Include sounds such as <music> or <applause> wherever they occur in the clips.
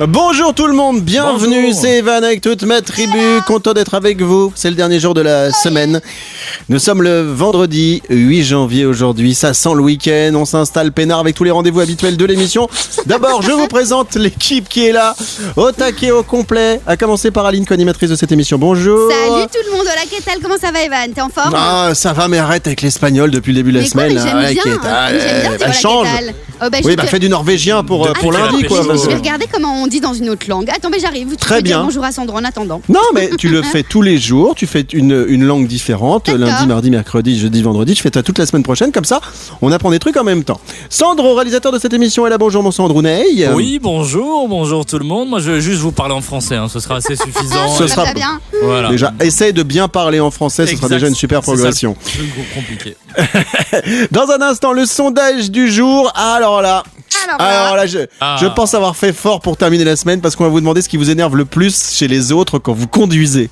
Bonjour tout le monde, bienvenue, Bonjour. c'est Evan avec toute ma tribu, content d'être avec vous, c'est le dernier jour de la semaine. Nous sommes le vendredi 8 janvier aujourd'hui, ça sent le week-end, on s'installe peinard avec tous les rendez-vous habituels de l'émission. D'abord, je vous présente l'équipe qui est là, au taquet au complet, à commencer par Aline, co-animatrice de cette émission, bonjour. Salut tout le monde, hola, qu'est-ce que Comment ça va Evan T'es en forme Ah, ça va, mais arrête avec l'espagnol depuis le début de la Mais quoi, mais semaine. j'aime hein, bien, qui est- hein, ah, j'aime bien elle dire hola, change. qu'est-ce que tal Oh, bah, je Oui, vais bah te- fais du norvégien pour, euh, Depuis pour qu'elle a lundi, fait quoi. chaud. parce Je que- vais regarder comment on dit dans une autre langue. Attends, mais j'arrive. Tu Très peux dire bien. bonjour à Sandro en attendant. Non, mais tu le fais tous les jours. Tu fais une, une langue différente. D'accord. Lundi, mardi, mercredi, jeudi, vendredi. Je fais ça toute la semaine prochaine. Comme ça, on apprend des trucs en même temps. Sandro, réalisateur de cette émission, est là. Bonjour, mon Sandrouneille. Oui, bonjour, bonjour tout le monde. Moi, je vais juste vous parler en français, hein, ce sera assez suffisant. Ce Et- sera- Ça bien. voilà. Déjà, essaye de bien parler en français, ce sera Exact. déjà une super C'est ça le progression. truc compliqué. Dans un instant, le sondage du jour. Alors là, Alors, voilà. alors là, je, Ah. je pense avoir fait fort pour terminer la semaine parce qu'on va vous demander ce qui vous énerve le plus chez les autres quand vous conduisez.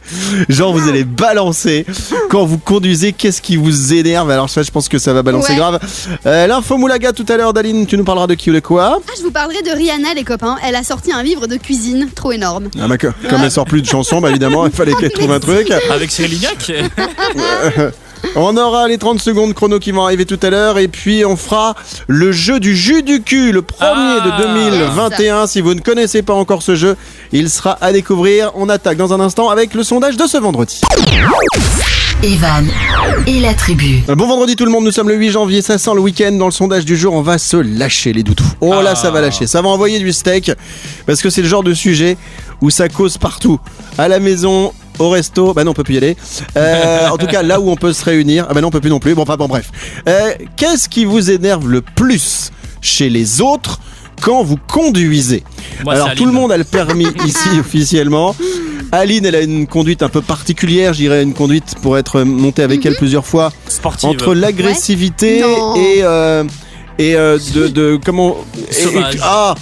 Genre, vous allez balancer quand vous conduisez. Qu'est-ce qui vous énerve Alors ça, je pense que ça va balancer Ouais. grave. Euh, L'info Moulaga tout à l'heure, Daline, tu nous parleras de qui ou de quoi Ah, je vous parlerai de Rihanna, les copains. Elle a sorti un livre de cuisine trop énorme. Ah, bah, que- Comme elle sort plus de chansons, bah, évidemment, il fallait qu'elle trouve un truc. Avec Cyril Lignac <laughs> On aura les 30 secondes chrono qui vont arriver tout à l'heure et puis on fera le jeu du jus du cul, le premier Ah, de 2021. Si vous ne connaissez pas encore ce jeu, il sera à découvrir. On attaque dans un instant avec le sondage de ce vendredi. Evan et la tribu. Bon vendredi tout le monde, nous sommes le 8 janvier, ça sent le week-end. Dans le sondage du jour, on va se lâcher les doutous. Oh là, Ah. ça va lâcher, ça va envoyer du steak parce que c'est le genre de sujet où ça cause partout. À la maison, au resto, bah non, on peut plus y aller. Euh, en tout cas, là où on peut se réunir, ah bah non, on peut plus non plus. Bon, enfin, bon, bref. Euh, Qu'est-ce qui vous énerve le plus chez les autres quand vous conduisez Moi, Alors c'est tout le Aline. monde a le <laughs> permis ici officiellement. Aline, elle a une conduite un peu particulière, j'irais une conduite pour être montée avec elle plusieurs fois sportive. entre l'agressivité Ouais. Non. et euh, et euh, de, de comment et- Sauvage. et- ah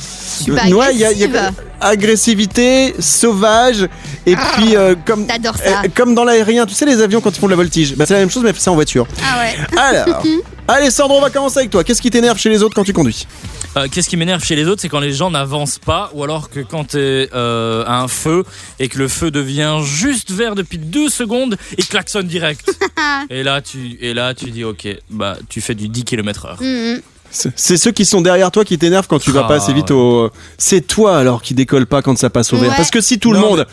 suis pas ouais, il y a- il y a- agressive. agressivité sauvage et puis euh, comme T'adores ça. euh, comme dans l'aérien tu sais les avions quand ils font de la voltige bah, c'est la même chose mais ça en voiture Ah ouais. <laughs> alors allez Sandro on va commencer avec toi qu'est-ce qui t'énerve chez les autres quand tu conduis Euh, Qu'est-ce qui m'énerve chez les autres, c'est quand les gens n'avancent pas, ou alors que quand t'es euh, à un feu et que le feu devient juste vert depuis deux secondes et klaxonne direct. et là, tu, et là, tu dis ok, bah tu fais du 10 km/h. Mhm. C'est c'est ceux qui sont derrière toi qui t'énervent quand tu vas Ah, pas assez vite au. C'est toi alors qui décolle pas quand ça passe au vert. Ouais. Parce que si tout le Non, monde.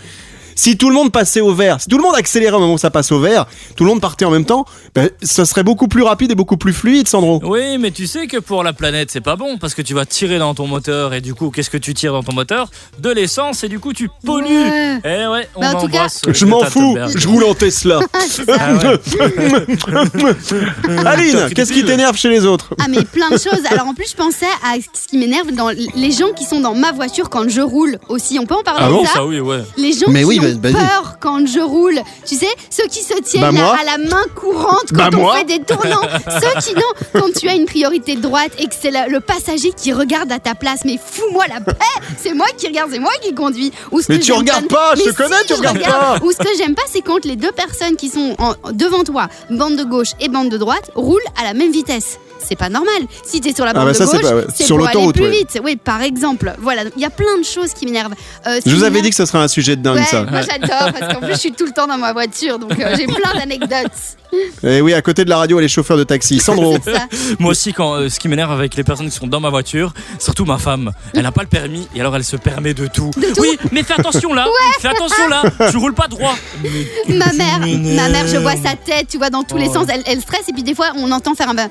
Si tout le monde passait au vert, si tout le monde accélérait au moment où ça passe au vert, tout le monde partait en même temps, ben, ça serait beaucoup plus rapide et beaucoup plus fluide, Sandro. Oui, mais tu sais que pour la planète, c'est pas bon parce que tu vas tirer dans ton moteur et du coup, qu'est-ce que tu tires dans ton moteur De l'essence et du coup, tu pollues. Ouais. Eh ouais, on Bah, en tout embrasse, euh, Je Greta m'en fous, Thunberg. je roule en <laughs> Tesla. Ah ouais. Aline, qu'est-ce qui t'énerve chez les autres Ah mais plein de choses. Alors en plus je pensais à ce qui m'énerve dans les gens qui sont dans ma voiture quand je roule aussi. On peut en parler Ah de bon ça ça oui ouais. Les gens Mais qui oui, ont bah, vas-y. peur quand je roule. Tu sais, ceux qui se tiennent Bah, à- moi. à la main courante quand Bah, on moi. fait des <laughs> tournants. ceux qui non, quand tu as une priorité de droite et que c'est la- le passager qui regarde à ta place. Mais fous-moi la paix C'est moi qui regarde, c'est moi qui conduis. Ou ce Mais que tu j'aime regardes pas, je Mais te connais, si, tu je regardes regarde. Ou ce que j'aime pas, c'est quand les deux personnes qui sont en- devant toi, bande de gauche et bande de droite, roulent à la même vitesse. C'est pas normal. Si t'es sur la Ah, bande bah, de ça, c'est gauche, pas- ouais. c'est Sur pour aller l'autoroute, plus ouais. vite. Oui, par exemple. Voilà, il y a plein de choses qui m'énervent. Euh, ce Je qui vous avais m'énerve- dit que ça serait un sujet de dingue, Ouais, ça. moi j'adore parce qu'en plus je suis tout le temps dans ma voiture donc euh, j'ai plein d'anecdotes. Et Eh oui, à côté de la radio, les chauffeurs de taxi. Sandro, C'est ça. Moi aussi quand euh, ce qui m'énerve avec les personnes qui sont dans ma voiture, surtout ma femme, elle n'a pas le permis et alors elle se permet de tout. tout oui, mais fais attention là, fais attention là, tu roules pas droit. Ma mère, ma mère, je vois sa tête, tu vois, dans tous les Oh. sens, elle, elle stresse et puis des fois on entend faire un bain.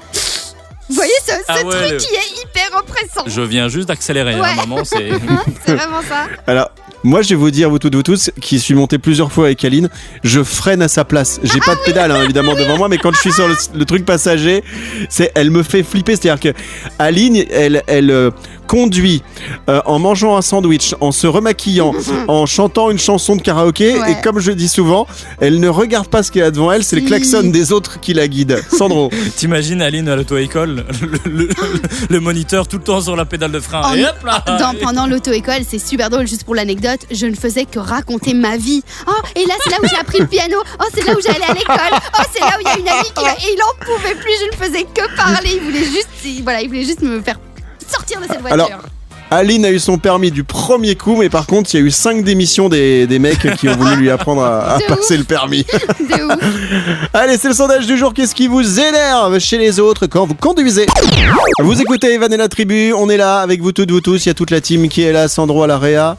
Vous voyez ce, ce Ah ouais, truc le- qui est hyper oppressant. Je viens juste d'accélérer, hein, Ouais. maman, c'est <laughs> C'est vraiment ça. Alors, moi, je vais vous dire, vous toutes, vous tous, qui suis monté plusieurs fois avec Aline, je freine à sa place. J'ai Ah pas de pédale, hein, évidemment, devant moi, mais quand je suis sur le, le truc passager, c'est, elle me fait flipper. C'est-à-dire que Aline, elle, elle, euh, conduit, euh, en mangeant un sandwich, en se remaquillant, en chantant une chanson de karaoké. Mhm. Ouais. Et comme je dis souvent, elle ne regarde pas ce qu'il y a devant elle, c'est les Si. klaxons des autres qui la guident. <laughs> Sandro, T'imagines Aline à l'auto-école, le, le- le- le moniteur tout le temps sur la pédale de frein. Oh, et mais- hop là Dans- pendant l'auto-école, c'est super drôle. Juste pour l'anecdote, je ne faisais que raconter ma vie. Oh, et là, c'est là où j'ai appris le piano. Oh, c'est là où j'allais à l'école. Oh, c'est là où il y a une amie qui m'a- Et il en pouvait plus. Je ne faisais que parler. Il voulait juste, il- voilà, il voulait juste me faire sortir de cette voiture. <laughs> Alors, Aline a eu son permis du premier coup, mais par contre, il y a eu cinq démissions des, des mecs qui ont voulu lui apprendre à, à De ouf. passer le permis. De ouf. Allez, c'est le sondage du jour. Qu'est-ce qui vous énerve chez les autres quand vous conduisez Vous écoutez Evan et la tribu. On est là avec vous toutes, vous tous. Il y a toute la team qui est là. Sandro à la réa,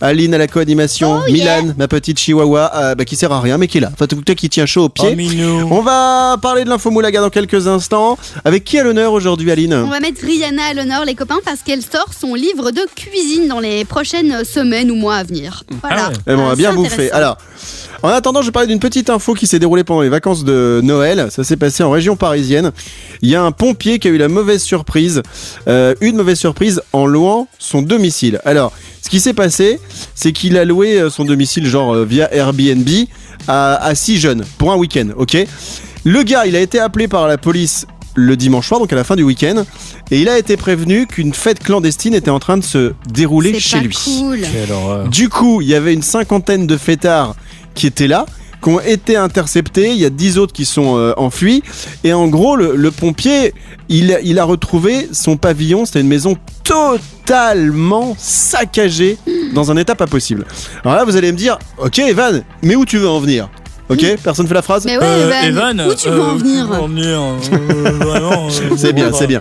Aline à la Oh, co-animation, Milan, ma petite chihuahua, euh, bah, qui sert à rien mais qui est là. Enfin, tout cas, qui tient chaud au Oh, pied. minou. on va parler de l'info Moulaga dans quelques instants. Avec qui à l'honneur aujourd'hui, Aline On va mettre Rihanna à l'honneur, les copains, parce qu'elle sort son livre de cuisine dans les prochaines semaines ou mois à venir. Voilà. Ah ouais. Eh ben, on Ah, va bien c'est bouffer. intéressant. Alors, en attendant, je vais parler d'une petite info qui s'est déroulée pendant les vacances de Noël. Ça s'est passé en région parisienne. Il y a un pompier qui a eu la mauvaise surprise, euh, une mauvaise surprise en louant son domicile. Alors, ce qui s'est passé, c'est qu'il a loué euh, son domicile, genre euh, via Airbnb, à, à six jeunes pour un week-end, ok Le gars, il a été appelé par la police le dimanche soir, donc à la fin du week-end, et il a été prévenu qu'une fête clandestine était en train de se dérouler C'est chez pas lui. cool. Quelle horreur. Du coup, il y avait une cinquantaine de fêtards qui étaient là, qui ont été interceptés. Il y a dix autres qui sont euh, enfuis. Et en gros, le, le pompier, il, il a retrouvé son pavillon. C'était une maison totalement saccagée, dans un état pas possible. Alors là, vous allez me dire, ok Evan, mais où tu veux en venir Ok, personne fait la phrase Mais ouais, Euh, Evan, Evan, où tu veux euh, en venir où tu veux en <laughs> venir, euh, <laughs> vraiment, euh, C'est bien, c'est bien.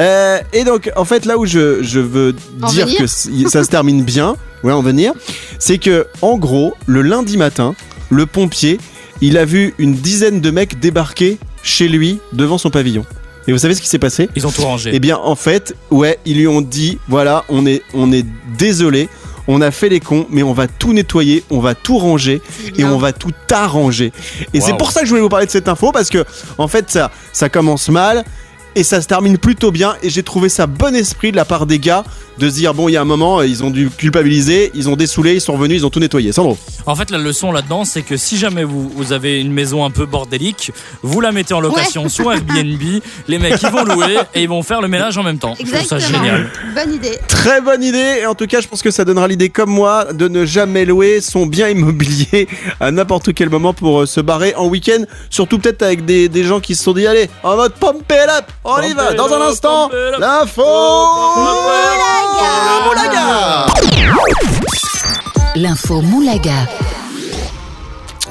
Euh, et donc, en fait, là où je, je veux En dire venir que c- ça se termine bien, ouais, en venir, c'est que, en gros, le lundi matin, le pompier, il a vu une dizaine de mecs débarquer chez lui devant son pavillon. Et vous savez ce qui s'est passé Ils ont tout rangé. Eh bien, en fait, ouais, ils lui ont dit voilà, on est, on est désolé. On a fait les cons, mais on va tout nettoyer, on va tout ranger C'est et bien. on va tout arranger. Et Wow. c'est pour ça que je voulais vous parler de cette info parce que en fait ça ça commence mal et ça se termine plutôt bien et j'ai trouvé ça bon esprit de la part des gars de se dire bon il y a un moment ils ont dû culpabiliser, ils ont dessoulé, ils sont revenus, ils ont tout nettoyé. Sandro. En fait, la leçon là-dedans, c'est que si jamais vous, vous avez une maison un peu bordélique, vous la mettez en location sur Airbnb, les mecs ils vont louer et ils vont faire le ménage en même temps. Je trouve ça Exactement. génial. Bonne idée. Très bonne idée et en tout cas je pense que ça donnera l'idée comme moi de ne jamais louer son bien immobilier <laughs> à n'importe quel moment pour euh, se barrer en week-end, surtout peut-être avec des, des gens qui se sont dit allez en mode pompe it up, on y va Pump it dans un up, instant, pump it up. l'info Moulaga. L'info Moulaga.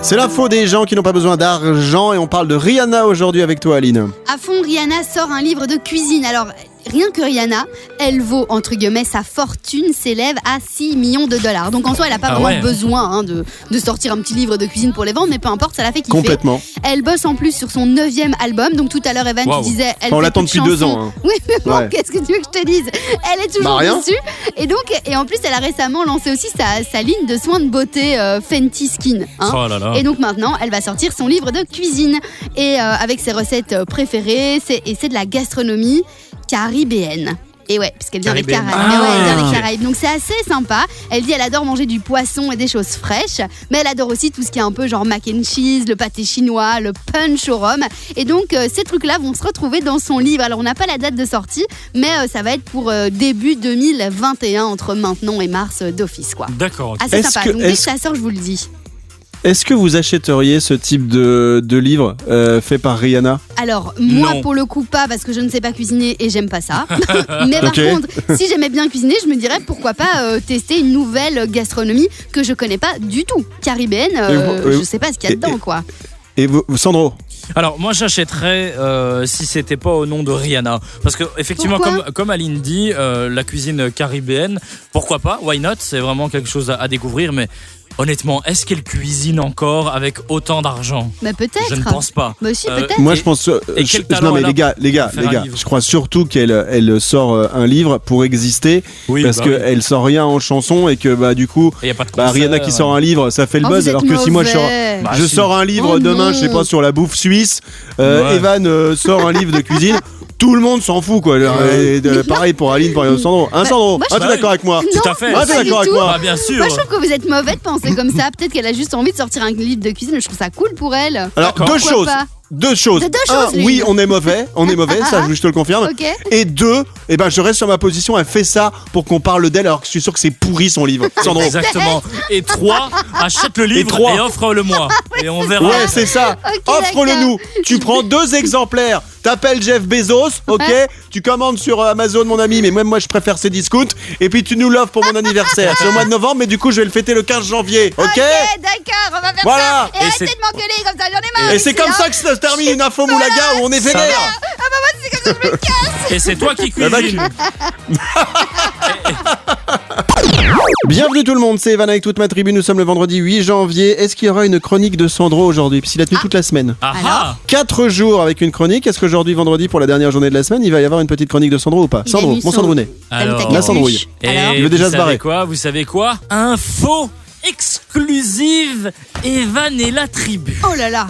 C'est l'info des gens qui n'ont pas besoin d'argent et on parle de Rihanna aujourd'hui avec toi Aline. À fond, Rihanna sort un livre de cuisine. Alors, rien que Rihanna, elle vaut, entre guillemets, sa fortune s'élève à 6 millions de dollars. Donc en soi, elle n'a pas Ah vraiment ouais. besoin hein, de, de sortir un petit livre de cuisine pour les vendre, mais peu importe, ça la fait kiffer. Complètement. Elle bosse en plus sur son neuvième album. Donc tout à l'heure, Evan, Waouh. tu disais. Elle Enfin, on fait l'attend plus de depuis deux chansons. ans, hein. Oui, mais bon, Ouais. qu'est-ce que tu veux que je te dise Elle est toujours Bah, rien. dessus. Et donc, et en plus, elle a récemment lancé aussi sa, sa ligne de soins de beauté euh, Fenty Skin. hein. Oh là Ah. là. Et donc maintenant, elle va sortir son livre de cuisine. Et euh, avec ses recettes euh, préférées, c'est, et c'est de la gastronomie caribéenne. Et ouais, parce qu'elle vient, des Caribéenne. Caraïbes. Ah. Ouais, elle vient des Caraïbes. Donc c'est assez sympa. Elle dit elle adore manger du poisson et des choses fraîches, mais elle adore aussi tout ce qui est un peu genre mac and cheese, le pâté chinois, le punch au rhum. Et donc euh, ces trucs-là vont se retrouver dans son livre. Alors on n'a pas la date de sortie, mais euh, ça va être pour euh, début 2021 entre maintenant et mars euh, d'office quoi. D'accord. ok. Assez Est-ce sympa. que- donc dès que est-ce- ça sort, je vous le dis. Est-ce que vous achèteriez ce type de, de livre euh, fait par Rihanna Alors, moi, Non. pour le coup, pas parce que je ne sais pas cuisiner et j'aime <laughs> pas ça. Mais par Ok. contre, si j'aimais bien cuisiner, je me dirais pourquoi pas euh, tester une nouvelle gastronomie que je connais pas du tout. Caribéenne, euh, Et vous- et je sais pas ce qu'il y et- a dedans, quoi. Et vous, Sandro Alors moi j'achèterais euh, si c'était pas au nom de Rihanna parce que effectivement Pourquoi comme, comme Aline dit euh, la cuisine caribéenne pourquoi pas why not c'est vraiment quelque chose à, à découvrir mais honnêtement est-ce qu'elle cuisine encore avec autant d'argent Bah, je ne peut-être. pense pas Bah, si, Euh, peut-être. Moi Et- je pense. euh, et quel je- talent non mais elle a les gars, les gars, pour faire les un gars, livre je crois surtout qu'elle elle sort euh, un livre pour exister oui parce qu'elle sort rien en chanson et que bah du coup. il y a pas de Bah, concert, Rihanna qui sort un livre, ça fait le Oh, buzz. vous Alors êtes que si moi je sors, mauvais. Bah, je si. sors un livre Oh demain, non. je sais pas, sur la bouffe suisse. Euh, Ouais. Evan euh, sort un livre de cuisine. Tout le monde s'en fout, <laughs> quoi. Le- Ouais. et de- pareil pour Aline, pour Sandro. Hein, Sandro moi, Hein, t'es Bah, je- d'accord avec moi Non, Tout à fait. Ah, t'es pas du d'accord avec tout. moi Bah, bien sûr. Moi, je trouve que vous êtes mauvais de penser comme ça. Peut-être qu'elle a juste envie de sortir un livre de cuisine. Je trouve ça cool pour elle. Alors, D'accord. deux Pourquoi choses. pas Deux choses. De deux Un, choses, lui. oui, on est mauvais, on est <laughs> mauvais, ça je te le confirme. Ok. Et deux, eh ben, je reste sur ma position, elle fait ça pour qu'on parle d'elle alors que je suis sûr que c'est pourri son livre. Sandro. Exactement. Et trois, achète le livre trois. et offre-le <laughs> moi. Et on verra. Ouais, c'est ça. Ok, Offre-le d'accord. nous. Tu prends deux exemplaires. T'appelles Jeff Bezos, ok Hein Tu commandes sur euh, Amazon, mon ami, mais même moi je préfère ces discounts. Et puis tu nous l'offres pour mon anniversaire. C'est au mois de novembre, mais du coup je vais le fêter le 15 janvier, ok, Ok, d'accord, on va faire Voilà. ça. Et, Et arrêtez c'est- de m'engueuler comme ça, j'en ai marre. Hein, Et c'est comme ça que se termine une info moulaga où on est vénère. Et c'est toi qui Le mec, cuisines. Ah, bah, Bienvenue tout le monde, c'est Evan avec toute ma tribu. Nous sommes le vendredi 8 janvier. Est-ce qu'il y aura une chronique de Sandro aujourd'hui Puisqu'il a tenu toute la semaine. Ah ah. 4 jours avec une chronique. Est-ce qu'aujourd'hui, vendredi, pour la dernière journée de la semaine, il va y avoir une petite chronique de Sandro ou pas Il a Sandro, mis mon son- Sandrounet. Alors, ta La sandrouille. capuche. Alors Il Et veut vous déjà se savez barrer. quoi Vous savez quoi Info exclusive Evan et la tribu. Oh là là.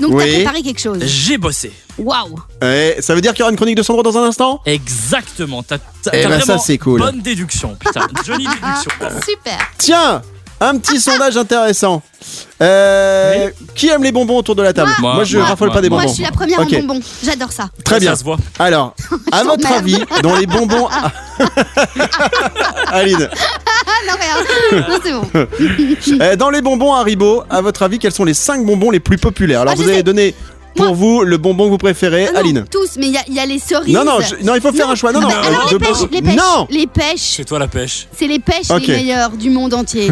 Donc Oui. t'as préparé quelque chose. J'ai bossé. Waouh. Eh, ça veut dire qu'il y aura une chronique de Sandro dans un instant Exactement. T'as t'as- Eh t'as ben, ça, vraiment c'est cool. Bonne déduction. <laughs> Putain, jolie déduction. Super. Tiens, un petit sondage intéressant. Euh, Qui aime les bonbons autour de la table Moi. je Moi. raffole pas des Moi, bonbons. Moi, je suis la première Ok. en bonbon. J'adore ça. Très bien. Ça se voit. Alors, à votre t'emmerde. avis, dans les bonbons. <laughs> Aline, Ah non, rien. Non, <laughs> c'est bon. euh, dans les bonbons Haribo, à votre avis, quels sont les 5 bonbons les plus populaires Alors, Ah, je vous avez sais. donné pour vous le bonbon que vous préférez, Ah non, Aline. Tous, mais il y a- il y, a les cerises. Non, non, je- non, il faut faire un choix. Non, non, Bah, alors euh, les de pêches, bonbons. les pêches, Non les pêches, Chez toi la pêche. c'est les pêches Ok. les meilleures du <laughs> monde entier.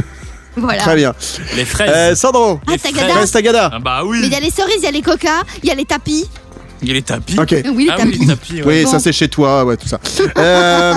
Voilà. Très bien. Les fraises. Euh, Sandro, Ah, les tagada. fraises. reste à Gada. Ah bah Mais oui. il y a les cerises, il y a les coca, il y a les tapis. Il y a les tapis. Ok. Oui, les Ah oui, tapis. les tapis. ouais. Oui, Bon. ça c'est chez toi, ouais, tout ça. <laughs> Euh,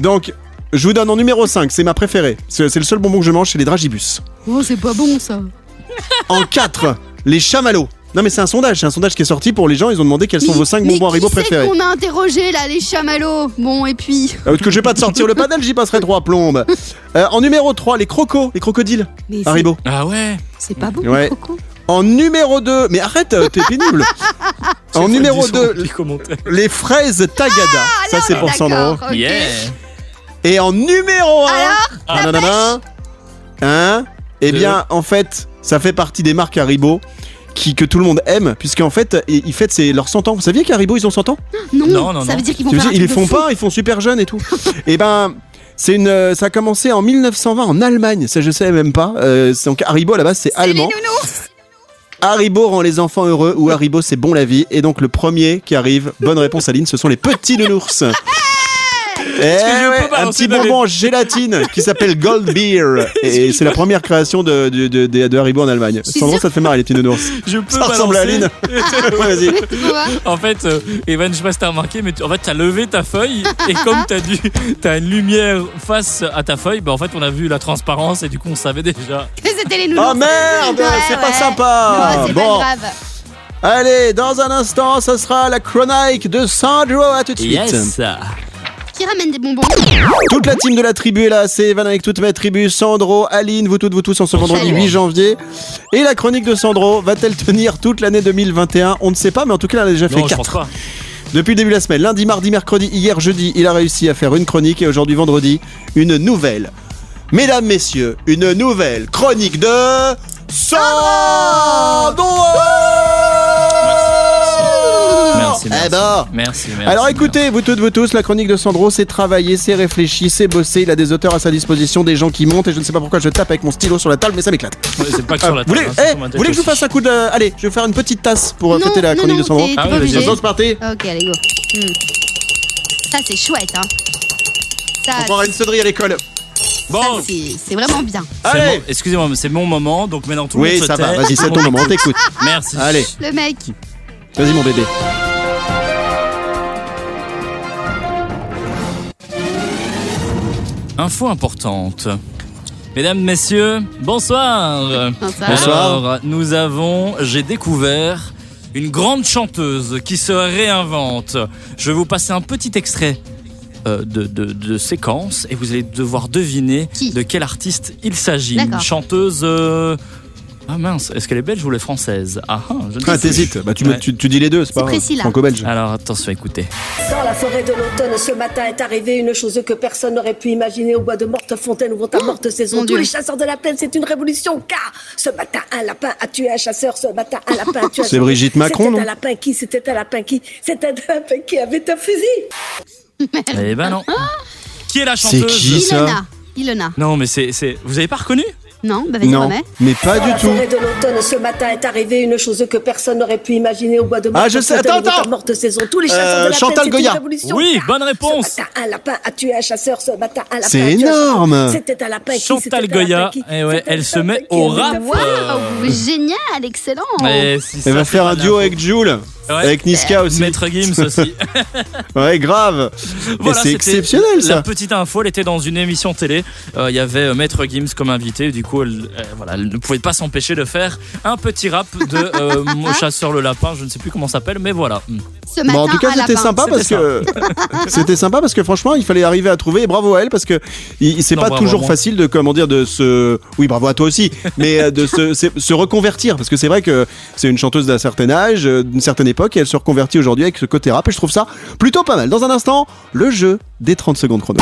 donc, je vous donne en numéro 5, c'est ma préférée. C'est c'est le seul bonbon que je mange, c'est les dragibus. Oh, c'est pas bon ça. <laughs> En 4, les chamallows. Non mais c'est un sondage, c'est un sondage qui est sorti pour les gens, ils ont demandé quels sont Mais- vos 5 mais bonbons Haribo qui c'est préférés. qu'on a interrogé là, les chamallows. Bon, et puis. Euh, que je vais pas te sortir le panel, j'y passerai trois plombes. Euh, en numéro 3, les crocos, les crocodiles Mais c'est- Haribo. Ah ouais. C'est pas bon, Ouais. le coco. En numéro 2, mais arrête, euh, t'es pénible. en numéro 2, les fraises tagada. ça c'est on pour est Sandro. Ah, d'accord, ok. Yeah. Et en numéro 1 Alors, un, Hein Eh Deux. bien, en fait, ça fait partie des marques Haribo qui, que tout le monde aime, puisqu'en fait, ils ils fêtent c'est leurs 100 ans. Vous saviez qu'Haribo, ils ont 100 ans Non, Non, non, ça veut non. dire qu'ils vont Ça veut faire dire, un Ils les truc font de fou. pas, ils font super jeunes et <laughs> tout. Eh ben, c'est une, euh, ça a commencé en 1920 en Allemagne, ça je sais même pas. Euh, c'est- donc Haribo, à la base, c'est C'est les allemand. nounours. Haribo rend les enfants heureux ou Haribo, c'est bon la vie. Et donc, le premier qui arrive, bonne réponse Aline, ce sont les petits <laughs> nounours. Eh je ouais, peux un balancer petit ma bonbon en gélatine qui s'appelle Gold <laughs> Beer. Et c'est la première création de, de, de, de- de Haribo en Allemagne. suis Sandro, sûre. ça te fait marrer les petits nounours. Je peux Ça ressemble à balancer. Aline. <laughs> Ouais, vas-y. Tu vois En fait, euh, Evan, je sais pas si t'as remarqué, mais tu- en fait, t'as levé ta feuille et comme t'as dû, t'as une lumière face à ta feuille, bah en fait, on a vu la transparence et du coup, on savait déjà. C'était les nounours. Oh merde, Ouais, c'est pas ouais. sympa. Non, c'est bon, pas grave. allez, dans un instant, ça sera la chronique de Sandro. À tout de suite. Qui ramène des bonbons Toute la team de la tribu est là, c'est Evan avec toute ma tribu, Sandro, Aline, vous toutes, vous tous, en ce vendredi Salut. 8 janvier. Et la chronique de Sandro va-t-elle tenir toute l'année 2021 On ne sait pas, mais en tout cas, elle en a déjà fait Non, je pense 4. pas. Depuis le début de la semaine, lundi, mardi, mercredi, hier, jeudi, il a réussi à faire une chronique et aujourd'hui, vendredi, une nouvelle. Mesdames, messieurs, une nouvelle chronique de Sandro Merci, merci. Eh ben, Merci, merci. alors merci. écoutez, vous toutes, vous tous, la chronique de Sandro, c'est travaillé, c'est réfléchi, c'est bossé. Il a des auteurs à sa disposition, des gens qui montent, et je ne sais pas pourquoi je tape avec mon stylo sur la table, mais ça m'éclate. Ouais, C'est pas que Euh, sur la vous voulez, table. hein, c'est eh, sur ma vous tête voulez que je vous aussi. fasse un coup de. euh, Allez, je vais faire une petite tasse pour euh, Non, fêter la non, chronique non, de Sandro. t'es- t'es Ah pas oui, vas-y, obligé. vas-y. c'est parti. Ok, allez, go. Hmm. Ça, c'est chouette, hein. On Ça, prendra une céderie à l'école. Bon, ça, c'est c'est vraiment bien. c'est Allez. mon- excusez-moi, mais c'est mon moment, donc maintenant tout le monde Oui, se ça va, tait. vas-y, c'est ton moment, on t'écoute. Merci. Allez. Le mec. Vas-y, mon bébé. Info importante. Mesdames, messieurs, bonsoir. Bonsoir. Alors, nous avons, j'ai découvert une grande chanteuse qui se réinvente. Je vais vous passer un petit extrait euh, de, de- de séquence et vous allez devoir deviner Qui de quel artiste il s'agit. D'accord. Une chanteuse. euh, Ah mince, est-ce qu'elle est belge ou elle est française Ah, ah, je ne Ah, sais plus. t'hésites. Bah, tu, me- Ouais. tu, tu dis les deux, c'est pas grave. Priscilla. franco-belge. Alors attention, écoutez. Dans la forêt de l'automne, ce matin est arrivée une chose que personne n'aurait pu imaginer au bois de Mortefontaine où vont à morte Oh, mon saison. Tous Dieu. les chasseurs de la plaine, c'est une révolution car ce matin, un lapin a tué un chasseur, ce matin, un lapin a tué un C'est Brigitte Macron, C'était non un lapin qui, c'était un lapin qui, c'était un lapin qui avait un fusil. Eh Ah. ben non. Qui est la C'est chanteuse qui ça Ilona. Ilona. Non, mais c'est, c'est- Vous avez pas reconnu Non, bah vas-y, Non, remets. mais pas Dans du la tout. forêt de l'automne, ce matin est arrivée une chose que personne n'aurait pu imaginer au bois de Ah, je sais, Mortefontaine attends, où vont attends. à morte saison. Tous les Euh, chasseurs de la Chantal plaine, c'est Goya. une révolution Oui, car bonne réponse. Ce matin, un lapin a tué un chasseur, ce matin, un lapin C'est a tué un chasseur. énorme. C'était un lapin qui, c'était un Chantal lapin Goya. qui, Eh ouais, c'était un elle se lapin met qui au avait un rap. fusil. euh, Génial, excellent. eh, si, ça, Elle va c'est faire pas un de duo l'info. avec Jules, Ouais. avec Niska aussi. Maître <laughs> Gims aussi. Ouais, grave. Et Voilà, c'est c'était exceptionnel La ça. petite info, elle était dans une émission télé. Euh, Il y avait euh, Maître Gims comme invité. Du coup, elle, euh, voilà, elle ne pouvait pas s'empêcher de faire un petit rap de euh, Mon chasseur le lapin. Je ne sais plus comment ça s'appelle, mais voilà. Mm. Ce Bon, matin, en tout cas, à c'était lapin. sympa parce que <laughs> c'était sympa parce que franchement, il fallait arriver à trouver. Et bravo à elle parce que il- il- c'est Non, pas bravo à toujours moi. facile de comment dire de se. Oui, bravo à toi aussi, mais euh, de se, se- se reconvertir parce que c'est vrai que c'est une chanteuse d'un certain âge, euh, d'une certaine époque, et elle se reconvertit aujourd'hui avec ce côté rap. Et je trouve ça plutôt pas mal. Dans un instant, le jeu des 30 secondes chrono.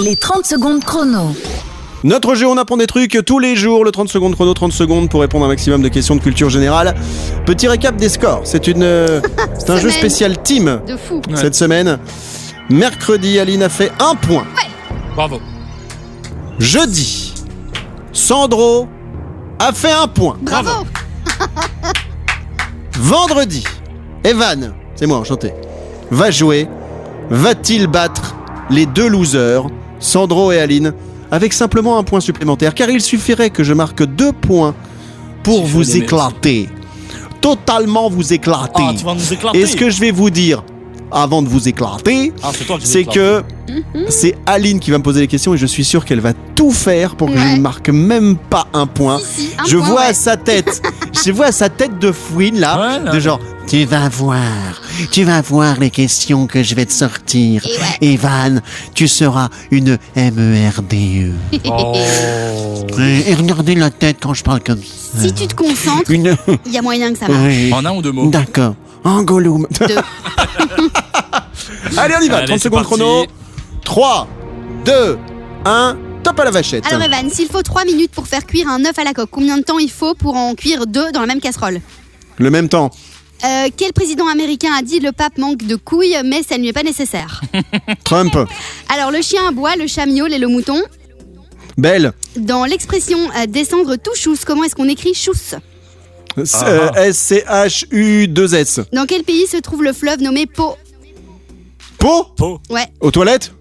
Les 30 secondes chrono. Notre jeu, on apprend des trucs tous les jours, le 30 secondes chrono, 30 secondes pour répondre à un maximum de questions de culture générale. Petit récap des scores, c'est une, euh, c'est un jeu Semaine. spécial team De fou. Ouais. cette semaine. Mercredi, Aline a fait un point. Bravo. Jeudi, Sandro a fait un point. Bravo. Vendredi, Evan, c'est moi, enchanté, va jouer. Va-t-il battre les deux losers, Sandro et Aline, avec simplement un point supplémentaire Car il suffirait que je marque deux points pour Si je vous l'ai, mais- éclater. Totalement vous éclater. Ah, tu vas nous éclater. et ce que je vais vous dire avant de vous éclater, Ah, c'est toi qui vas c'est éclater. que c'est Aline qui va me poser les questions et je suis sûr qu'elle va tout faire pour que je Ouais. ne marque même pas un point. Si, si, un je point, vois ouais. à sa <laughs> tête, je vois à sa tête de fouine là, Ouais, là. de genre tu vas voir, tu vas voir les questions que je vais te sortir. Et ouais. Evan, tu seras une E MERDE. <laughs> Oh. Et, et regardez la tête quand je parle comme ça. Si tu te concentres, Une. il y a moyen que ça marche. Oui. <laughs> En un ou deux mots. D'accord. En Gollum. <laughs> <laughs> Allez, on y va. 30 Allez, c'est secondes parti. chrono. 3, 2, 1. Top à la vachette. Alors Evan, s'il faut 3 minutes pour faire cuire un œuf à la coque, combien de temps il faut pour en cuire deux dans la même casserole Le même temps. Euh, Quel président américain a dit le pape manque de couilles mais ça ne lui est pas nécessaire Trump. Alors le chien aboie, le chat miaule et le mouton. Belle. Dans l'expression euh, descendre tout chousse, comment est-ce qu'on écrit chousse S- Ah. euh, S-C-H-U-2-S. Dans quel pays se trouve le fleuve nommé Po Pau Pau. Ouais. <laughs> Aux toilettes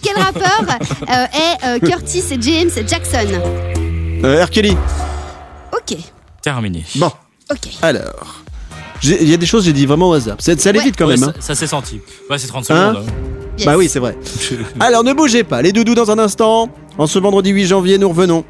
quel rappeur euh, est euh, Curtis James Jackson euh, R. Kelly. Ok, Terminé. Bon, ok. alors. J'ai- Il y a des choses que j'ai dit vraiment au hasard. C'est- Ça allait Ouais. vite quand Ouais, même. ça, hein. ça s'est senti. Ouais, c'est 30 Hein secondes. yes. Bah oui, c'est vrai. Alors ne bougez pas, les doudous dans un instant. En ce vendredi 8 janvier, nous revenons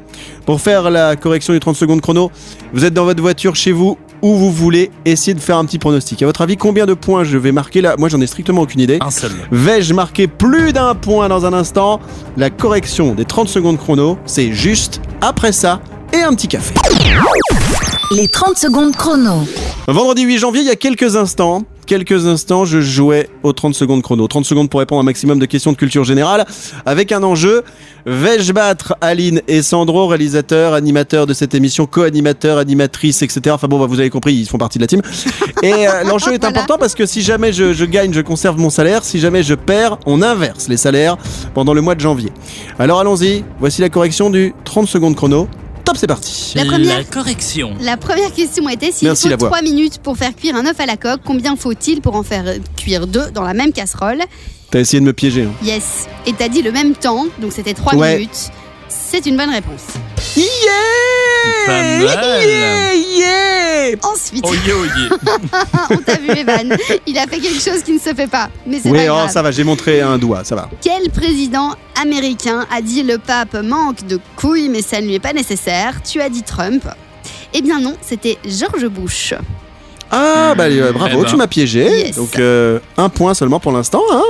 pour faire la correction du 30 secondes chrono. Vous êtes dans votre voiture, chez vous, où vous voulez. Essayez de faire un petit pronostic. À votre avis, combien de points je vais marquer là Moi, j'en ai strictement aucune idée. Un seul. Vais-je marquer plus d'un point dans un instant La correction des 30 secondes chrono, c'est juste après ça et un petit café. Les 30 secondes chrono. Vendredi 8 janvier, il y a quelques instants, quelques instants, je jouais aux 30 secondes chrono. 30 secondes pour répondre à un maximum de questions de culture générale avec un enjeu. Vais-je battre Aline et Sandro, réalisateurs, animateurs de cette émission, co-animateurs, animatrices, etc. Enfin bon, bah, vous avez compris, ils font partie de la team. Et euh, l'enjeu est Voilà. important parce que si jamais je, je gagne, je conserve mon salaire. Si jamais je perds, on inverse les salaires pendant le mois de janvier. Alors allons-y, voici la correction du 30 secondes chrono. Top, c'est parti. La première- correction. La première question était s'il Merci, faut la voix. 3 minutes pour faire cuire un œuf à la coque, combien faut-il pour en faire euh, cuire deux dans la même casserole T'as essayé de me piéger. hein. Yes. Et t'as dit le même temps, donc c'était 3 Ouais. minutes. C'est une bonne réponse. Pas Yeah mal. Yeah Yeah Ensuite, ah, Oh yeah, oh yeah. on t'a <laughs> vu Evan, il a fait quelque chose qui ne se fait pas. Mais c'est Oui, pas oh, grave. ça va, j'ai montré un doigt, ça va. Quel président américain a dit le pape manque de couilles mais ça ne lui est pas nécessaire Tu as dit Trump. Eh bien non, c'était George Bush. Ah, bah euh, bravo, Eh ben. tu m'as piégé. Yes. Donc, euh, un point seulement pour l'instant. hein.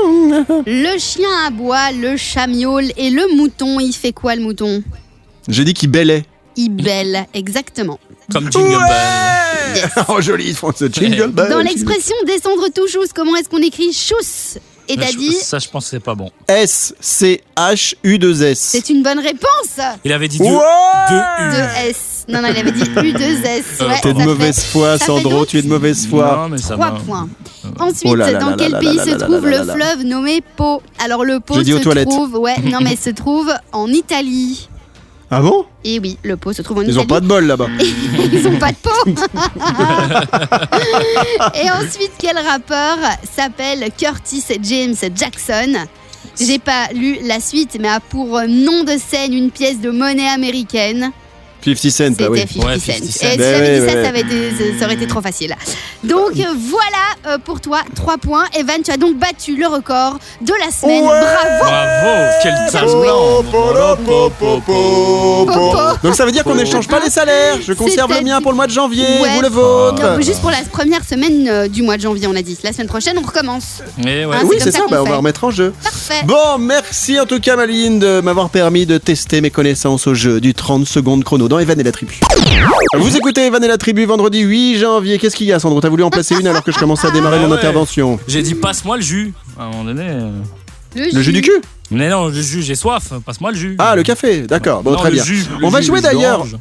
<laughs> Le chien aboie, le chat miaule et le mouton, il fait quoi le mouton J'ai dit qu'il bêlait. Ibel, exactement. Comme Jingle <laughs> Bell. Oh joli, ils font ce jingle bah, bell. Dans l'expression descendre tout chousse, comment est-ce qu'on écrit chousse Et Mais t'as je- dit, Ça, je pense que c'est pas bon. S-C-H-U-2-S. c'est une bonne réponse Il avait dit Ouais. deux, deux U. De S. Non, non, il avait dit U2S. Euh, Ouais, T'es de ça mauvaise fait foi, ça fait Sandro, donc tu es de mauvaise foi. Non, mais ça Trois va. points. Ensuite, Oh là là dans là quel là pays là se là là trouve là le là là. fleuve nommé Po Alors le Po Je dis aux se toilettes. trouve, <laughs> ouais, non mais se trouve en Italie. Ah bon Et oui, le Po se trouve en Ils Italie. ont pas de bol là-bas. <laughs> Ils ont pas de <laughs> peau. Et ensuite, quel rappeur s'appelle Curtis James Jackson J'ai pas lu la suite, mais a pour nom de scène une pièce de monnaie américaine. 50 Cent, C'était ah oui. 50 Ouais, Cent. 50 Et si Cent. j'avais Ben dit ça, ouais, ça, avait été- ça aurait été trop facile. Donc euh, voilà euh, pour toi, 3 points. Evan, tu as donc battu le record de la semaine. Ouais. Bravo Bravo, Oh, Eh, quel Oh, Po, po, po, po, po, po. Po. Donc ça veut dire qu'on n'échange pas les salaires. Je conserve le mien pour le mois de janvier, Ouais. Ah, vous le vôtre. Non, Juste pour la première semaine euh, du mois de janvier, on a dit. La semaine prochaine, on recommence. Mais ouais. Ah, oui, c'est c'est comme ça ça, qu'on bah, on va fait. remettre en jeu. Parfait. Bon, merci en tout cas Maline de m'avoir permis de tester mes connaissances au jeu du 30 secondes chrono dans Evan et la tribu. Vous écoutez Evan et la tribu vendredi 8 janvier. Qu'est-ce qu'il y a Sandro T'as voulu en placer une alors que je commence à démarrer Ah mon ouais. intervention. J'ai dit passe-moi le jus. À un moment donné. euh, Le jus du cul Mais non, le jus, j'ai soif. Passe-moi le jus. Ah, le café, d'accord. Bon, Non, très le bien. jus, le On va jus, jouer le jus d'ailleurs. <laughs> d'orange.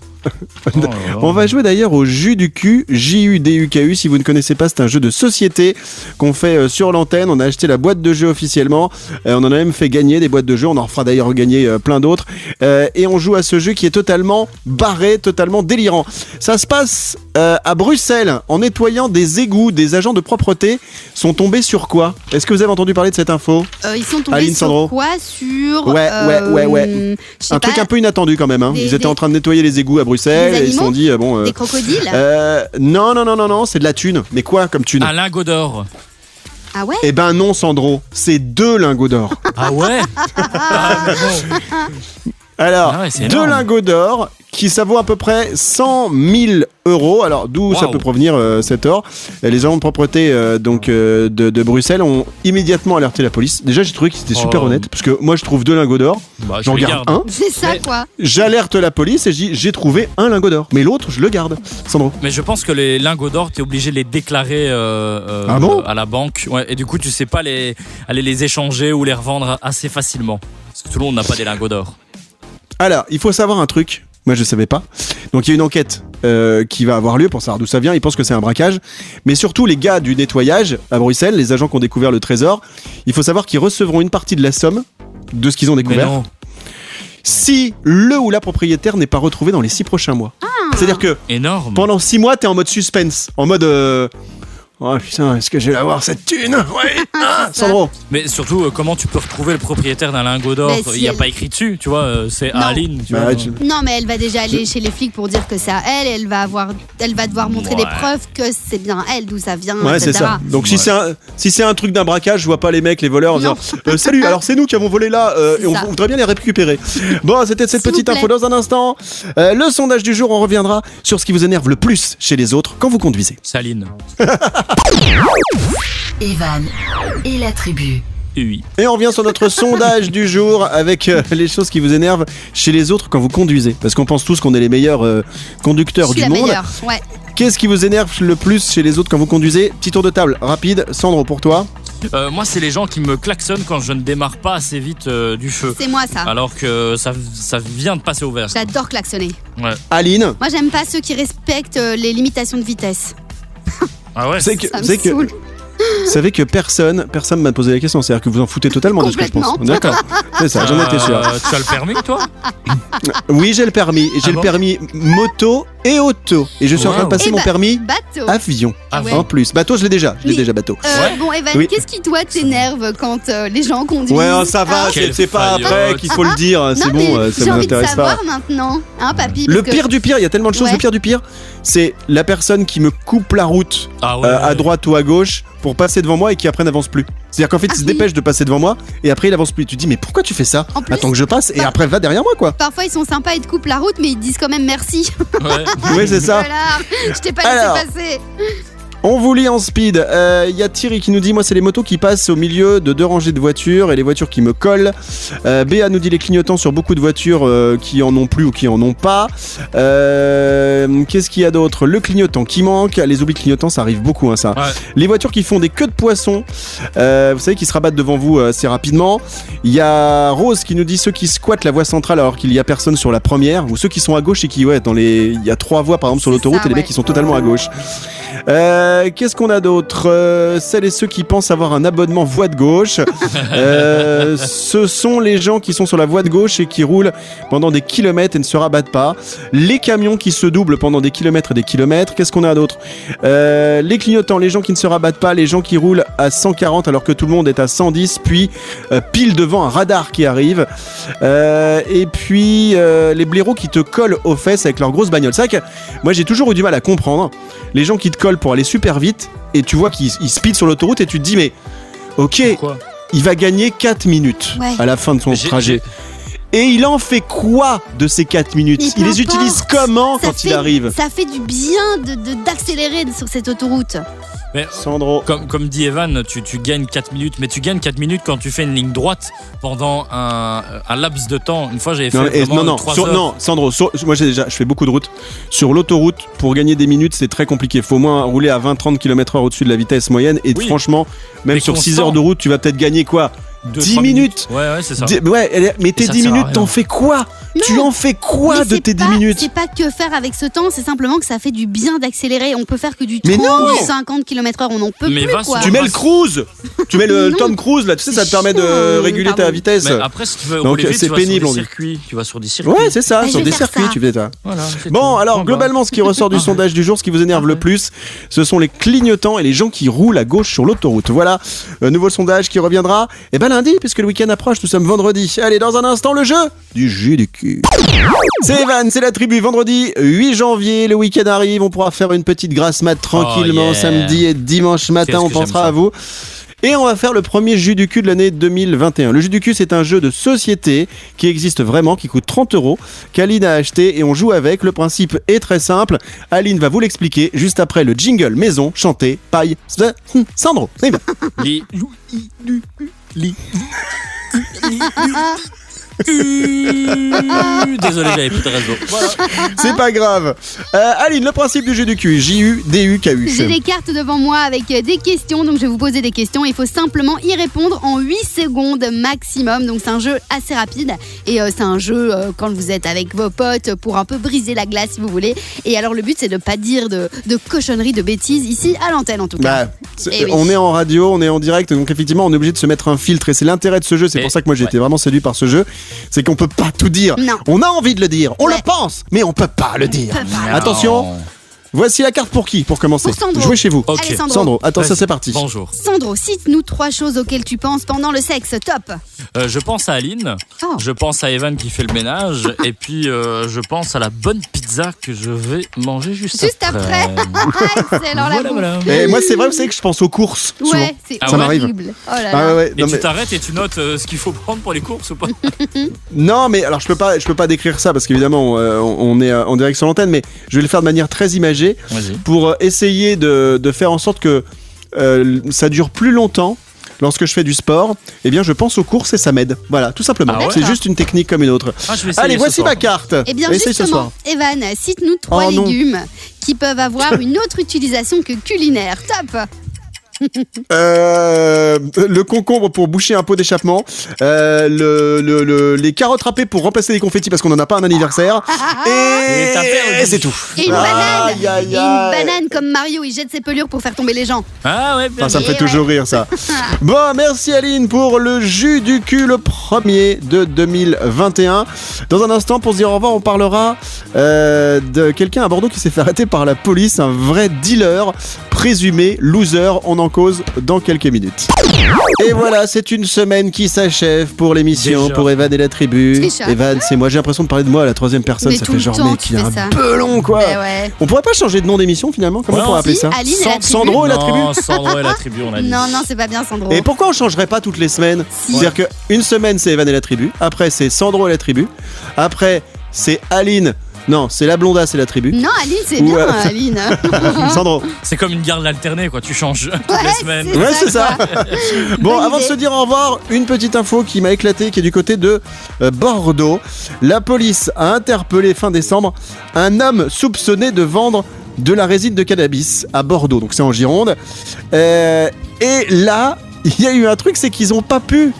Oh là là. On va jouer d'ailleurs au jus du cul, J-U-D-U-K-U. Si vous ne connaissez pas, c'est un jeu de société qu'on fait euh, sur l'antenne. On a acheté la boîte de jeu officiellement. Euh, on en a même fait gagner des boîtes de jeu. On en refera d'ailleurs gagner euh, plein d'autres. Euh, et on joue à ce jeu qui est totalement barré, totalement délirant. Ça se passe euh, à Bruxelles. En nettoyant des égouts, des agents de propreté sont tombés sur quoi Est-ce que vous avez entendu parler de cette info Euh, ils sont tombés Aline, sur Sandro. quoi Sur. Ouais, euh, ouais, ouais, ouais. je sais Un pas, truc un peu inattendu quand même. hein. Des- Ils étaient des- en train de nettoyer les égouts à Bruxelles Des et ils se animaux sont dit euh, bon. euh, Des crocodiles Euh, non, non, non, non, non, c'est de la thune. Mais quoi comme thune Un lingot d'or. Ah ouais Eh ben non, Sandro, c'est deux lingots d'or. Ah ouais Ah, mais bon. Alors, Ah ouais, c'est deux énorme. lingots d'or qui ça vaut à peu près 100 000 euros. Alors, d'où ça Waouh. peut provenir euh, cet or Et Les agents de propreté euh, donc, euh, de, de Bruxelles ont immédiatement alerté la police. Déjà, j'ai trouvé qu'ils étaient super Oh. honnêtes parce que moi, je trouve deux lingots d'or. Bah, je J'en les garde garde. un. C'est ça Mais- quoi J'alerte la police et je dis j'ai trouvé un lingot d'or. Mais l'autre, je le garde. Sandro. Mais je pense que les lingots d'or, t'es obligé de les déclarer euh, euh, Ah bon euh, à la banque. Ouais, et du coup, tu sais pas les, aller les échanger ou les revendre assez facilement. Parce que tout le monde n'a pas des lingots d'or. Alors, il faut savoir un truc. Moi, je savais pas. Donc, il y a une enquête euh, qui va avoir lieu pour savoir d'où ça vient. Ils pensent que c'est un braquage. Mais surtout, les gars du nettoyage à Bruxelles, les agents qui ont découvert le trésor, il faut savoir qu'ils recevront une partie de la somme de ce qu'ils ont Mais découvert non. si le ou la propriétaire n'est pas retrouvé dans les six prochains mois. C'est-à-dire que Énorme. pendant six mois, t'es en mode suspense, en mode. euh, Oh putain, est-ce que je vais l'avoir cette thune Ouais ah, Sandro Mais surtout, euh, comment tu peux retrouver le propriétaire d'un lingot d'or Mais si Il n'y a elle- pas écrit dessus, tu vois. euh, C'est Non. à Aline. Tu Bah, vois. tu- Non mais elle va déjà aller chez les flics pour dire que c'est à elle, elle va, avoir, elle va devoir montrer des Ouais. preuves que c'est bien elle, d'où ça vient, Ouais, c'est etc. ça. Donc si Ouais. c'est un si c'est un truc d'un braquage, je vois pas les mecs, les voleurs en Non. disant Euh, salut. Alors c'est nous qui avons volé là euh, C'est et on ça. voudrait bien les récupérer. Bon, c'était cette S'il vous petite plaît. info dans un instant. Euh, le sondage du jour, on reviendra sur ce qui vous énerve le plus chez les autres quand vous conduisez. C'est Aline. Evan et la tribu. <laughs> Oui. Et on revient sur <laughs> notre sondage du jour avec euh, les choses qui vous énervent chez les autres quand vous conduisez, parce qu'on pense tous qu'on est les meilleurs euh, Je conducteurs suis du la monde. meilleure. Ouais. Qu'est-ce qui vous énerve le plus chez les autres quand vous conduisez Petit tour de table rapide. Sandro pour toi. Euh, moi, c'est les gens qui me klaxonnent quand je ne démarre pas assez vite euh, du feu. C'est moi ça. Alors que ça, ça vient de passer au vert. J'adore klaxonner. Ouais. Aline. Moi j'aime pas ceux qui respectent euh, les limitations de vitesse. Ah ouais C'est que Ça me c'est que saoule. Vous savez que personne, personne m'a posé la question. C'est-à-dire que vous en foutez totalement de ce que je pense. Complètement. D'accord. C'est ça, j'en étais sûr. Euh, tu as le permis, <laughs> toi Oui, j'ai le permis. J'ai Ah le bon permis moto et auto. Et je suis en train de Wow. passer Eh mon bah- permis Bateau. avion. Ah ouais. En plus. Bateau, je l'ai déjà. Je l'ai Oui. déjà bateau. Euh, Ouais. Bon Evan, Oui. qu'est-ce qui toi t'énerve quand euh, les gens conduisent Ouais, oh, ça va, Hein c'est Quelle c'est pas faillotte. après qu'il faut le dire, c'est Non, bon, mais euh, ça j'ai envie de m'intéresse pas. savoir maintenant, hein, papy Le parce que- pire du pire, il y a tellement de choses, Ouais. le pire du pire, c'est la personne qui me coupe la route Ah ouais. euh, à droite ou à gauche pour passer devant moi et qui après n'avance plus. C'est-à-dire qu'en fait, Ah il se oui. dépêche de passer devant moi et après il avance plus. Tu te dis, mais pourquoi tu fais ça En plus- Attends que je passe et Bah- après va derrière moi quoi. Parfois ils sont sympas, ils te coupent la route, mais ils te disent quand même merci. Ouais. Oui, c'est <laughs> ça. Voilà, je t'ai pas Alors. laissé passer. On vous lit en speed. Euh, Il y a Thierry qui nous dit Moi, c'est les motos qui passent au milieu de deux rangées de voitures et les voitures qui me collent. Euh, Béa nous dit les clignotants sur beaucoup de voitures euh, qui en ont plus ou qui en ont pas. Euh, Qu'est-ce qu'il y a d'autre Le clignotant qui manque. Les oublis clignotants, ça arrive beaucoup, hein, ça. Ouais. Les voitures qui font des queues de poisson, euh, vous savez, qui se rabattent devant vous euh, assez rapidement. Il y a Rose qui nous dit ceux qui squattent la voie centrale alors qu'il y a personne sur la première, ou ceux qui sont à gauche et qui, ouais, dans les. Il y a trois voies par exemple sur C'est l'autoroute ça, et les mecs ouais. qui sont totalement à gauche. Euh, Qu'est-ce qu'on a d'autre Euh, Celles et ceux qui pensent avoir un abonnement voie de gauche. Euh, ce sont les gens qui sont sur la voie de gauche et qui roulent pendant des kilomètres et ne se rabattent pas. Les camions qui se doublent pendant des kilomètres et des kilomètres. Qu'est-ce qu'on a d'autre Euh, Les clignotants, les gens qui ne se rabattent pas, les gens qui roulent à 140 alors que tout le monde est à 110, puis euh, pile devant un radar qui arrive. Euh, et puis euh, les blaireaux qui te collent aux fesses avec leur grosse bagnole. C'est vrai que moi j'ai toujours eu du mal à comprendre les gens qui te collent pour aller super vite et tu vois qu'ils ils speedent sur l'autoroute et tu te dis mais ok Quoi il va gagner 4 minutes Ouais. à la fin de son J'ai- trajet. Et il en fait quoi de ces 4 minutes Mais Il les qu'importe. utilise comment Ça quand il fait- arrive Ça fait du bien de- de- d'accélérer de, sur cette autoroute. Mais Sandro. Comme, comme dit Evan, tu, tu gagnes 4 minutes, mais tu gagnes 4 minutes quand tu fais une ligne droite pendant un, un laps de temps. Une fois, j'avais fait Non, mais- vraiment non, non, 3 sur- heures. non, Sandro, sur- moi j'ai déjà, je fais beaucoup de routes. Sur l'autoroute, pour gagner des minutes, c'est très compliqué. Faut au moins rouler à 20-30 km/h au-dessus de la vitesse moyenne. Et Oui. franchement, même Mais sur 6 constant. heures de route, tu vas peut-être gagner quoi Deux, 10 trois minutes. Ouais, ouais, c'est ça. Dix- Ouais, elle est- mais tes ça 10 sert à minutes, rien. t'en fais quoi Tu en fais quoi Mais de c'est tes 10 pas- minutes C'est pas que faire avec ce temps, c'est simplement que ça fait du bien d'accélérer. On peut faire que du 30 Mais non du 50 km/h, on n'en peut Mais plus va quoi. sur- Tu mets le cruise Tu mets le Non. Tom Cruise là, tu sais, ça te C'est permet de chiant, réguler ta pardon. vitesse. Ah Mais après, si tu veux Donc, rouler vite, c'est tu vas pénible, on sur dit. des circuits. Tu vas sur des circuits. Ouais, c'est ça, Bah, je sur vais des faire circuits, ça. tu fais ça. Voilà, c'est Bon, tout. alors Bon, bah. globalement, ce qui ressort <laughs> du sondage du jour, ce qui vous énerve le plus, ce sont les clignotants et les gens qui roulent à gauche sur l'autoroute. Voilà, un nouveau sondage qui reviendra, et ben lundi, puisque le week-end approche, nous sommes vendredi. Allez, dans un instant, le jeu du jus du cul. C'est Evan, c'est la tribu, vendredi 8 janvier, le week-end arrive, on pourra faire une petite grasse mat tranquillement Oh, yeah. samedi et dimanche matin, Qu'est-ce on que j'aime pensera ça. à vous. Et on va faire le premier jus du cul de l'année 2021. Le jus du cul, c'est un jeu de société qui existe vraiment, qui coûte 30 euros, qu'Aline a acheté et on joue avec. Le principe est très simple. Aline va vous l'expliquer juste après le jingle maison chanté paille de Sandro. C'est <laughs> bien. Li- <laughs> Désolé, j'avais plus de réseau. Voilà. C'est pas grave. Euh, Aline, le principe du jeu du cul. J-U-D-U-K-U. J'ai des cartes devant moi avec euh, des questions, donc je vais vous poser des questions. Il faut simplement y répondre en 8 secondes maximum. Donc c'est un jeu assez rapide et euh, c'est un jeu euh, quand vous êtes avec vos potes pour un peu briser la glace si vous voulez. Et alors le but c'est de pas dire de, de cochonneries, de bêtises ici à l'antenne en tout cas. Bah, c'est- Eh oui. On est en radio, on est en direct, donc effectivement, on est obligé de se mettre un filtre. Et c'est l'intérêt de ce jeu. C'est Et- pour ça que moi, j'ai été vraiment séduit par ce jeu. C'est qu'on peut pas tout dire. Non. On a envie de le dire, on Ouais. le pense, mais on peut pas le dire. Attention, Non. voici la carte pour qui Pour commencer, Pour Sandro. jouez chez vous. Ok. Allez, Sandro. Sandro, attention, Vas-y. c'est parti. Bonjour. Sandro, cite-nous trois choses auxquelles tu penses pendant le sexe. Top. <laughs> Euh, je pense à Aline, Oh. je pense à Evan qui fait le ménage, et puis euh, je pense à la bonne pizza que je vais manger juste, Juste après. Ah, Excellent la Voilà, bouffe. voilà. Et moi, c'est vrai, vous savez que je pense aux courses. souvent. Ouais, Euh, c'est Ah ouais. horrible. Oh là Ah là. ouais, ouais, Et non, tu mais, t'arrêtes et tu notes euh, ce qu'il faut prendre pour les courses ou pas non, mais alors je peux pas, je peux pas décrire ça parce qu'évidemment on, euh, on est euh, en direct sur l'antenne, mais je vais le faire de manière très imagée Vas-y. pour euh, essayer de, de faire en sorte que euh, ça dure plus longtemps. Lorsque je fais du sport, eh bien je pense aux courses et ça m'aide. Voilà, tout simplement. Ah ouais C'est juste une technique comme une autre. Ah, je vais essayer Allez, ce voici soir. ma carte. Eh bien Essaye ce soir. justement, Evan, cite-nous trois Oh non. légumes qui peuvent avoir une autre utilisation que culinaire. Top Euh, le concombre pour boucher un pot d'échappement, euh, le, le- le- les carottes râpées pour remplacer les confettis parce qu'on n'en a pas un <laughs> anniversaire. Et t'as Et, perdu. c'est tout. Et une banane Aïe, aïe, Et une aïe. banane comme Mario, il jette ses pelures pour faire tomber les gens. Ah ouais, bien Ah, ça me Et fait ouais. toujours rire ça. <laughs> Bon, merci Aline pour le jus du cul, le premier de 2021. Dans un instant, pour se dire au revoir, on parlera euh, de quelqu'un à Bordeaux qui s'est fait arrêter par la police, un vrai dealer, présumé loser. On en cause dans quelques minutes. Et voilà, c'est une semaine qui s'achève pour l'émission, Déjà. pour Evan et la tribu. Déjà. Evan, c'est moi, j'ai l'impression de parler de moi à la troisième personne, Mais ça tout fait le genre, temps, mec, tu il est fais un ça. peu long quoi. Eh ouais. On pourrait pas changer de nom d'émission finalement Comment Ouais, on pourrait on appeler dit ça Aline et la tribu. Sandro et la tribu Non, Sandro <laughs> et la tribu, on a dit. Non, non, c'est pas bien Sandro. Ah, et pourquoi on changerait pas toutes les semaines C'est-à-dire qu'une semaine c'est Evan et la tribu, après c'est Sandro et la tribu, après c'est Aline Non, c'est la blonda, c'est la <laughs> tribu. Non, Aline, c'est Ou, bien, euh, <laughs> Aline. Sandro. C'est comme une garde alternée, quoi. <laughs> Tu changes toutes les semaines. C'est Ouais, ça, c'est <laughs> ça. bon, Bonne avant de idée. se dire au revoir, une petite info qui m'a éclaté, qui est du côté de euh, Bordeaux. La police a interpellé fin décembre un homme soupçonné de vendre de la résine de cannabis à Bordeaux, donc c'est en Gironde. Euh, et là, il y a eu un truc, c'est qu'ils n'ont pas pu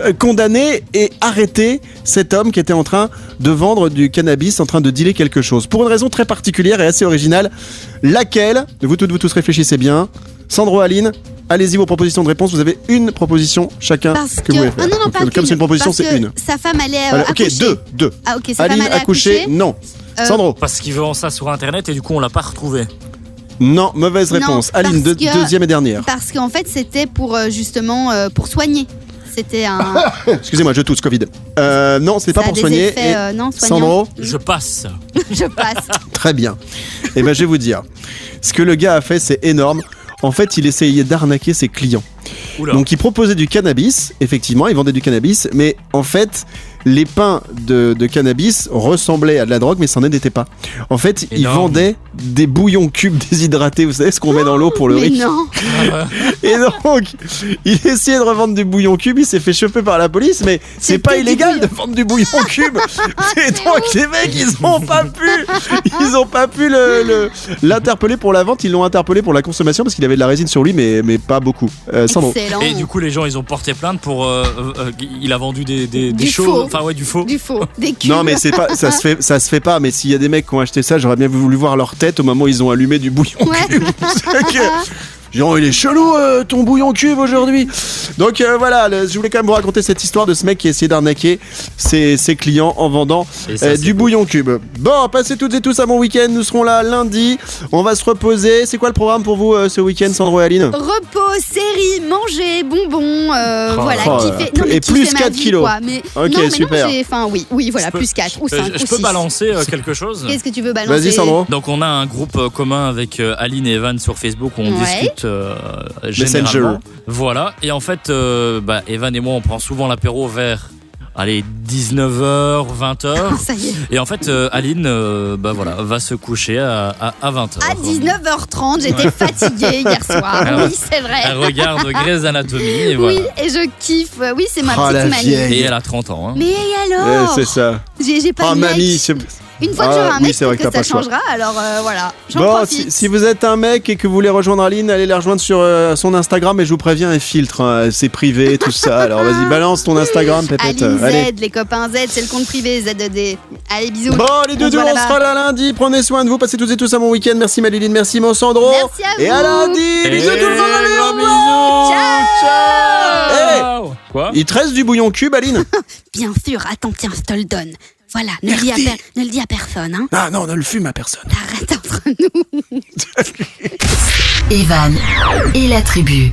euh, condamner et arrêter cet homme qui était en train de vendre du cannabis, en train de dealer quelque chose. Pour une raison très particulière et assez originale, laquelle, vous toutes, vous tous réfléchissez bien, Sandro, Aline, allez-y vos propositions de réponse, vous avez une proposition chacun Parce que. que vous voulez faire. Ah non, non, Donc, pas comme qu'une, c'est une proposition, parce c'est que une. Sa femme allait. euh, Voilà, ok, accoucher. deux, deux. Ah, ok, sa femme Aline, allait accouchée, accoucher. non. Euh, Sandro, Parce qu'ils vendent ça sur internet et du coup on l'a pas retrouvé. non, mauvaise Non, réponse. parce Aline, deux- que- deuxième et dernière. Parce qu'en fait, c'était pour euh, justement euh, pour soigner. <laughs> C'était un. Excusez-moi, je tousse, Covid. Euh, non, ce n'est pas ça a pour des soigner. effets, et- euh, non, soignants. Sandro, Je passe. Je passe. Très bien. Et ben je vais vous dire, ce que le gars a fait, c'est énorme. En fait, il essayait d'arnaquer ses clients. Oula. Donc, il proposait du cannabis, effectivement, il vendait du cannabis, mais en fait, les pains de, de cannabis ressemblaient à de la drogue, mais ça n'en était pas. En fait, il Énorme. vendait des bouillons cubes <laughs> déshydratés, vous savez ce qu'on met dans l'eau pour le Mais riz. non. Ah Et donc, il essayait de revendre du bouillon cube, il s'est fait choper par la police, mais c'est C'était pas du illégal de bouillon. vendre du bouillon <laughs> cube. Et donc, les mecs, ils ont pas pu, ils ont pas pu le- le- l'interpeller pour la vente, ils l'ont interpellé pour la consommation parce qu'il avait de la résine sur lui, mais, mais pas beaucoup. Euh, Sandro. Excellent. Et du coup les gens ils ont porté plainte pour. euh, euh, il a vendu des, des, des Du choses- faux. Enfin ouais du faux. Du <laughs> faux. Des cubes. Non mais c'est pas ça se fait ça se fait pas mais s'il y a des mecs qui ont acheté ça j'aurais bien voulu voir leur tête au moment où ils ont allumé du bouillon Ouais. <laughs> cube. C'est que- Genre il est chelou euh, ton bouillon cube aujourd'hui. Donc euh, voilà, le- je voulais quand même vous raconter cette histoire de ce mec qui essayait d'arnaquer ses, ses clients en vendant Et ça, euh, c'est du bouillon cube. Bon, passez toutes et tous à mon week-end. Nous serons là lundi. On va se reposer. C'est quoi le programme pour vous euh, ce week-end, Sandro et Aline Repos, série, manger, bonbons, euh, Oh, voilà, oh, kiffer. oh, Non, mais et kiffer plus ma 4 vie, kilos. quoi. Mais, Ok, non, mais super. Non, j'ai- enfin, oui, oui, voilà, Je peux- plus 4 ou 5 Euh, je ou peux 6. balancer euh, quelque chose Qu'est-ce que tu veux balancer Vas-y, Sandro. Donc on a un groupe euh, commun avec euh, Aline et Evan sur Facebook où on Ouais. discute euh, généralement. Voilà. Et en fait, euh, bah, Evan et moi, on prend souvent l'apéro vers allez 19h, 20h. <laughs> Ah, <laughs> ça y est. Et en fait, euh, Aline, euh, bah voilà, va se coucher à, à, à 20h. À <laughs> 19h30, j'étais fatiguée hier soir. Ah ouais. Oui, c'est Elle vrai. regarde Grey's Anatomy et voilà. Oui, et je kiffe. Oui, c'est ma Oh, la petite manie. vieille. Et elle a 30 ans. hein. Mais Euh, alors c'est ça. J'ai j'ai pas Ah de mec. mamie, c'est- Une fois Ah, que j'aurai un oui, mec, c'est vrai peut-être que que, t'as pas ça le choix. changera. Alors euh, voilà, j'en Bon, profite. si, si vous êtes un mec et que vous voulez rejoindre Aline, allez la rejoindre sur euh, son Instagram et je vous préviens, elle filtre, hein, c'est privé, tout ça. Alors <laughs> vas-y, balance ton Instagram, pépette. Aline Z, euh, Allez. les copains Z, c'est le compte privé Z2D. Allez, bisous. Bon, les deux On se deux, voit on là-bas. sera là lundi. Prenez soin de vous. Passez toutes et tous à mon week-end. Merci Maluline, merci mon Sandro. Merci à Et à vous. lundi. Bisous tout le monde. allez, au revoir. Ciao Quoi Il te reste du bouillon cube, <laughs> Aline Bien sûr, attends, tiens, je te le donne. Voilà, ne, le dis, à per- ne le dis à personne, hein. Ah non, ne le fume à personne. Arrête entre nous. Evan et la tribu.